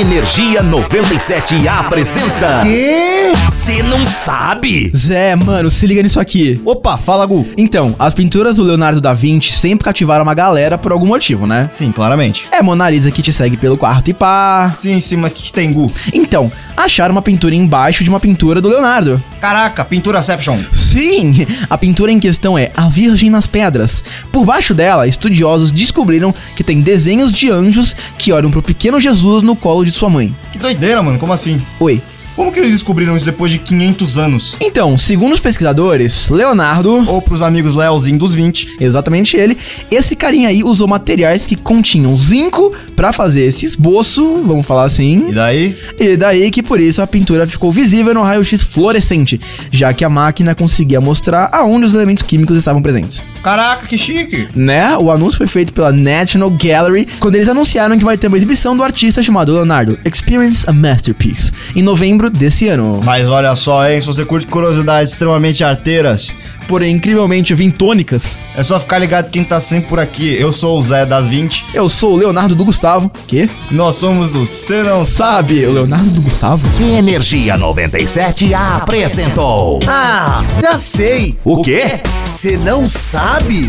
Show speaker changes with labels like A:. A: Energia 97 apresenta.
B: Quê?
A: Você não sabe?
B: Zé, mano, se liga nisso aqui.
C: Opa, fala Gu.
B: Então, as pinturas do Leonardo da Vinci sempre cativaram uma galera por algum motivo, né?
C: Sim, claramente.
B: É Mona Lisa que te segue pelo quarto e pá.
C: Sim, sim, mas o que, que tem, Gu?
B: Então, acharam uma pintura embaixo de uma pintura do Leonardo.
C: Caraca, pinturaception.
B: Sim, a pintura em questão é A Virgem nas Pedras. Por baixo dela, estudiosos descobriram que tem desenhos de anjos que olham pro pequeno Jesus no colo de sua mãe.
C: Que doideira, mano, como assim?
B: Oi.
C: Como que eles descobriram isso depois de 500 anos?
B: Então, segundo os pesquisadores, Leonardo,
C: Ou pros amigos Leozinho dos 20.
B: exatamente ele, esse carinha aí usou materiais que continham zinco pra fazer esse esboço, vamos falar
C: E
B: assim.
C: daí?
B: E daí que por isso a pintura ficou visível no raio-x fluorescente, já que a máquina conseguia mostrar aonde os elementos químicos estavam presentes.
C: Caraca, que chique.
B: né? O anúncio foi feito pela National Gallery quando eles anunciaram que vai ter uma exibição do artista chamado Leonardo Experience a Masterpiece em novembro desse ano.
C: Mas olha só, hein, se você curte curiosidades extremamente arteiras,
B: Porém, incrivelmente vintônicas,
C: é só ficar ligado quem tá sempre por aqui. Eu sou o Zé das 20.
B: eu sou o Leonardo do Gustavo. Que?
C: Nós somos do Cê Não
B: Sabe, o Leonardo do Gustavo?
A: Energia 97 apresentou.
D: Ah, já sei.
A: O quê?
D: Você não sabe?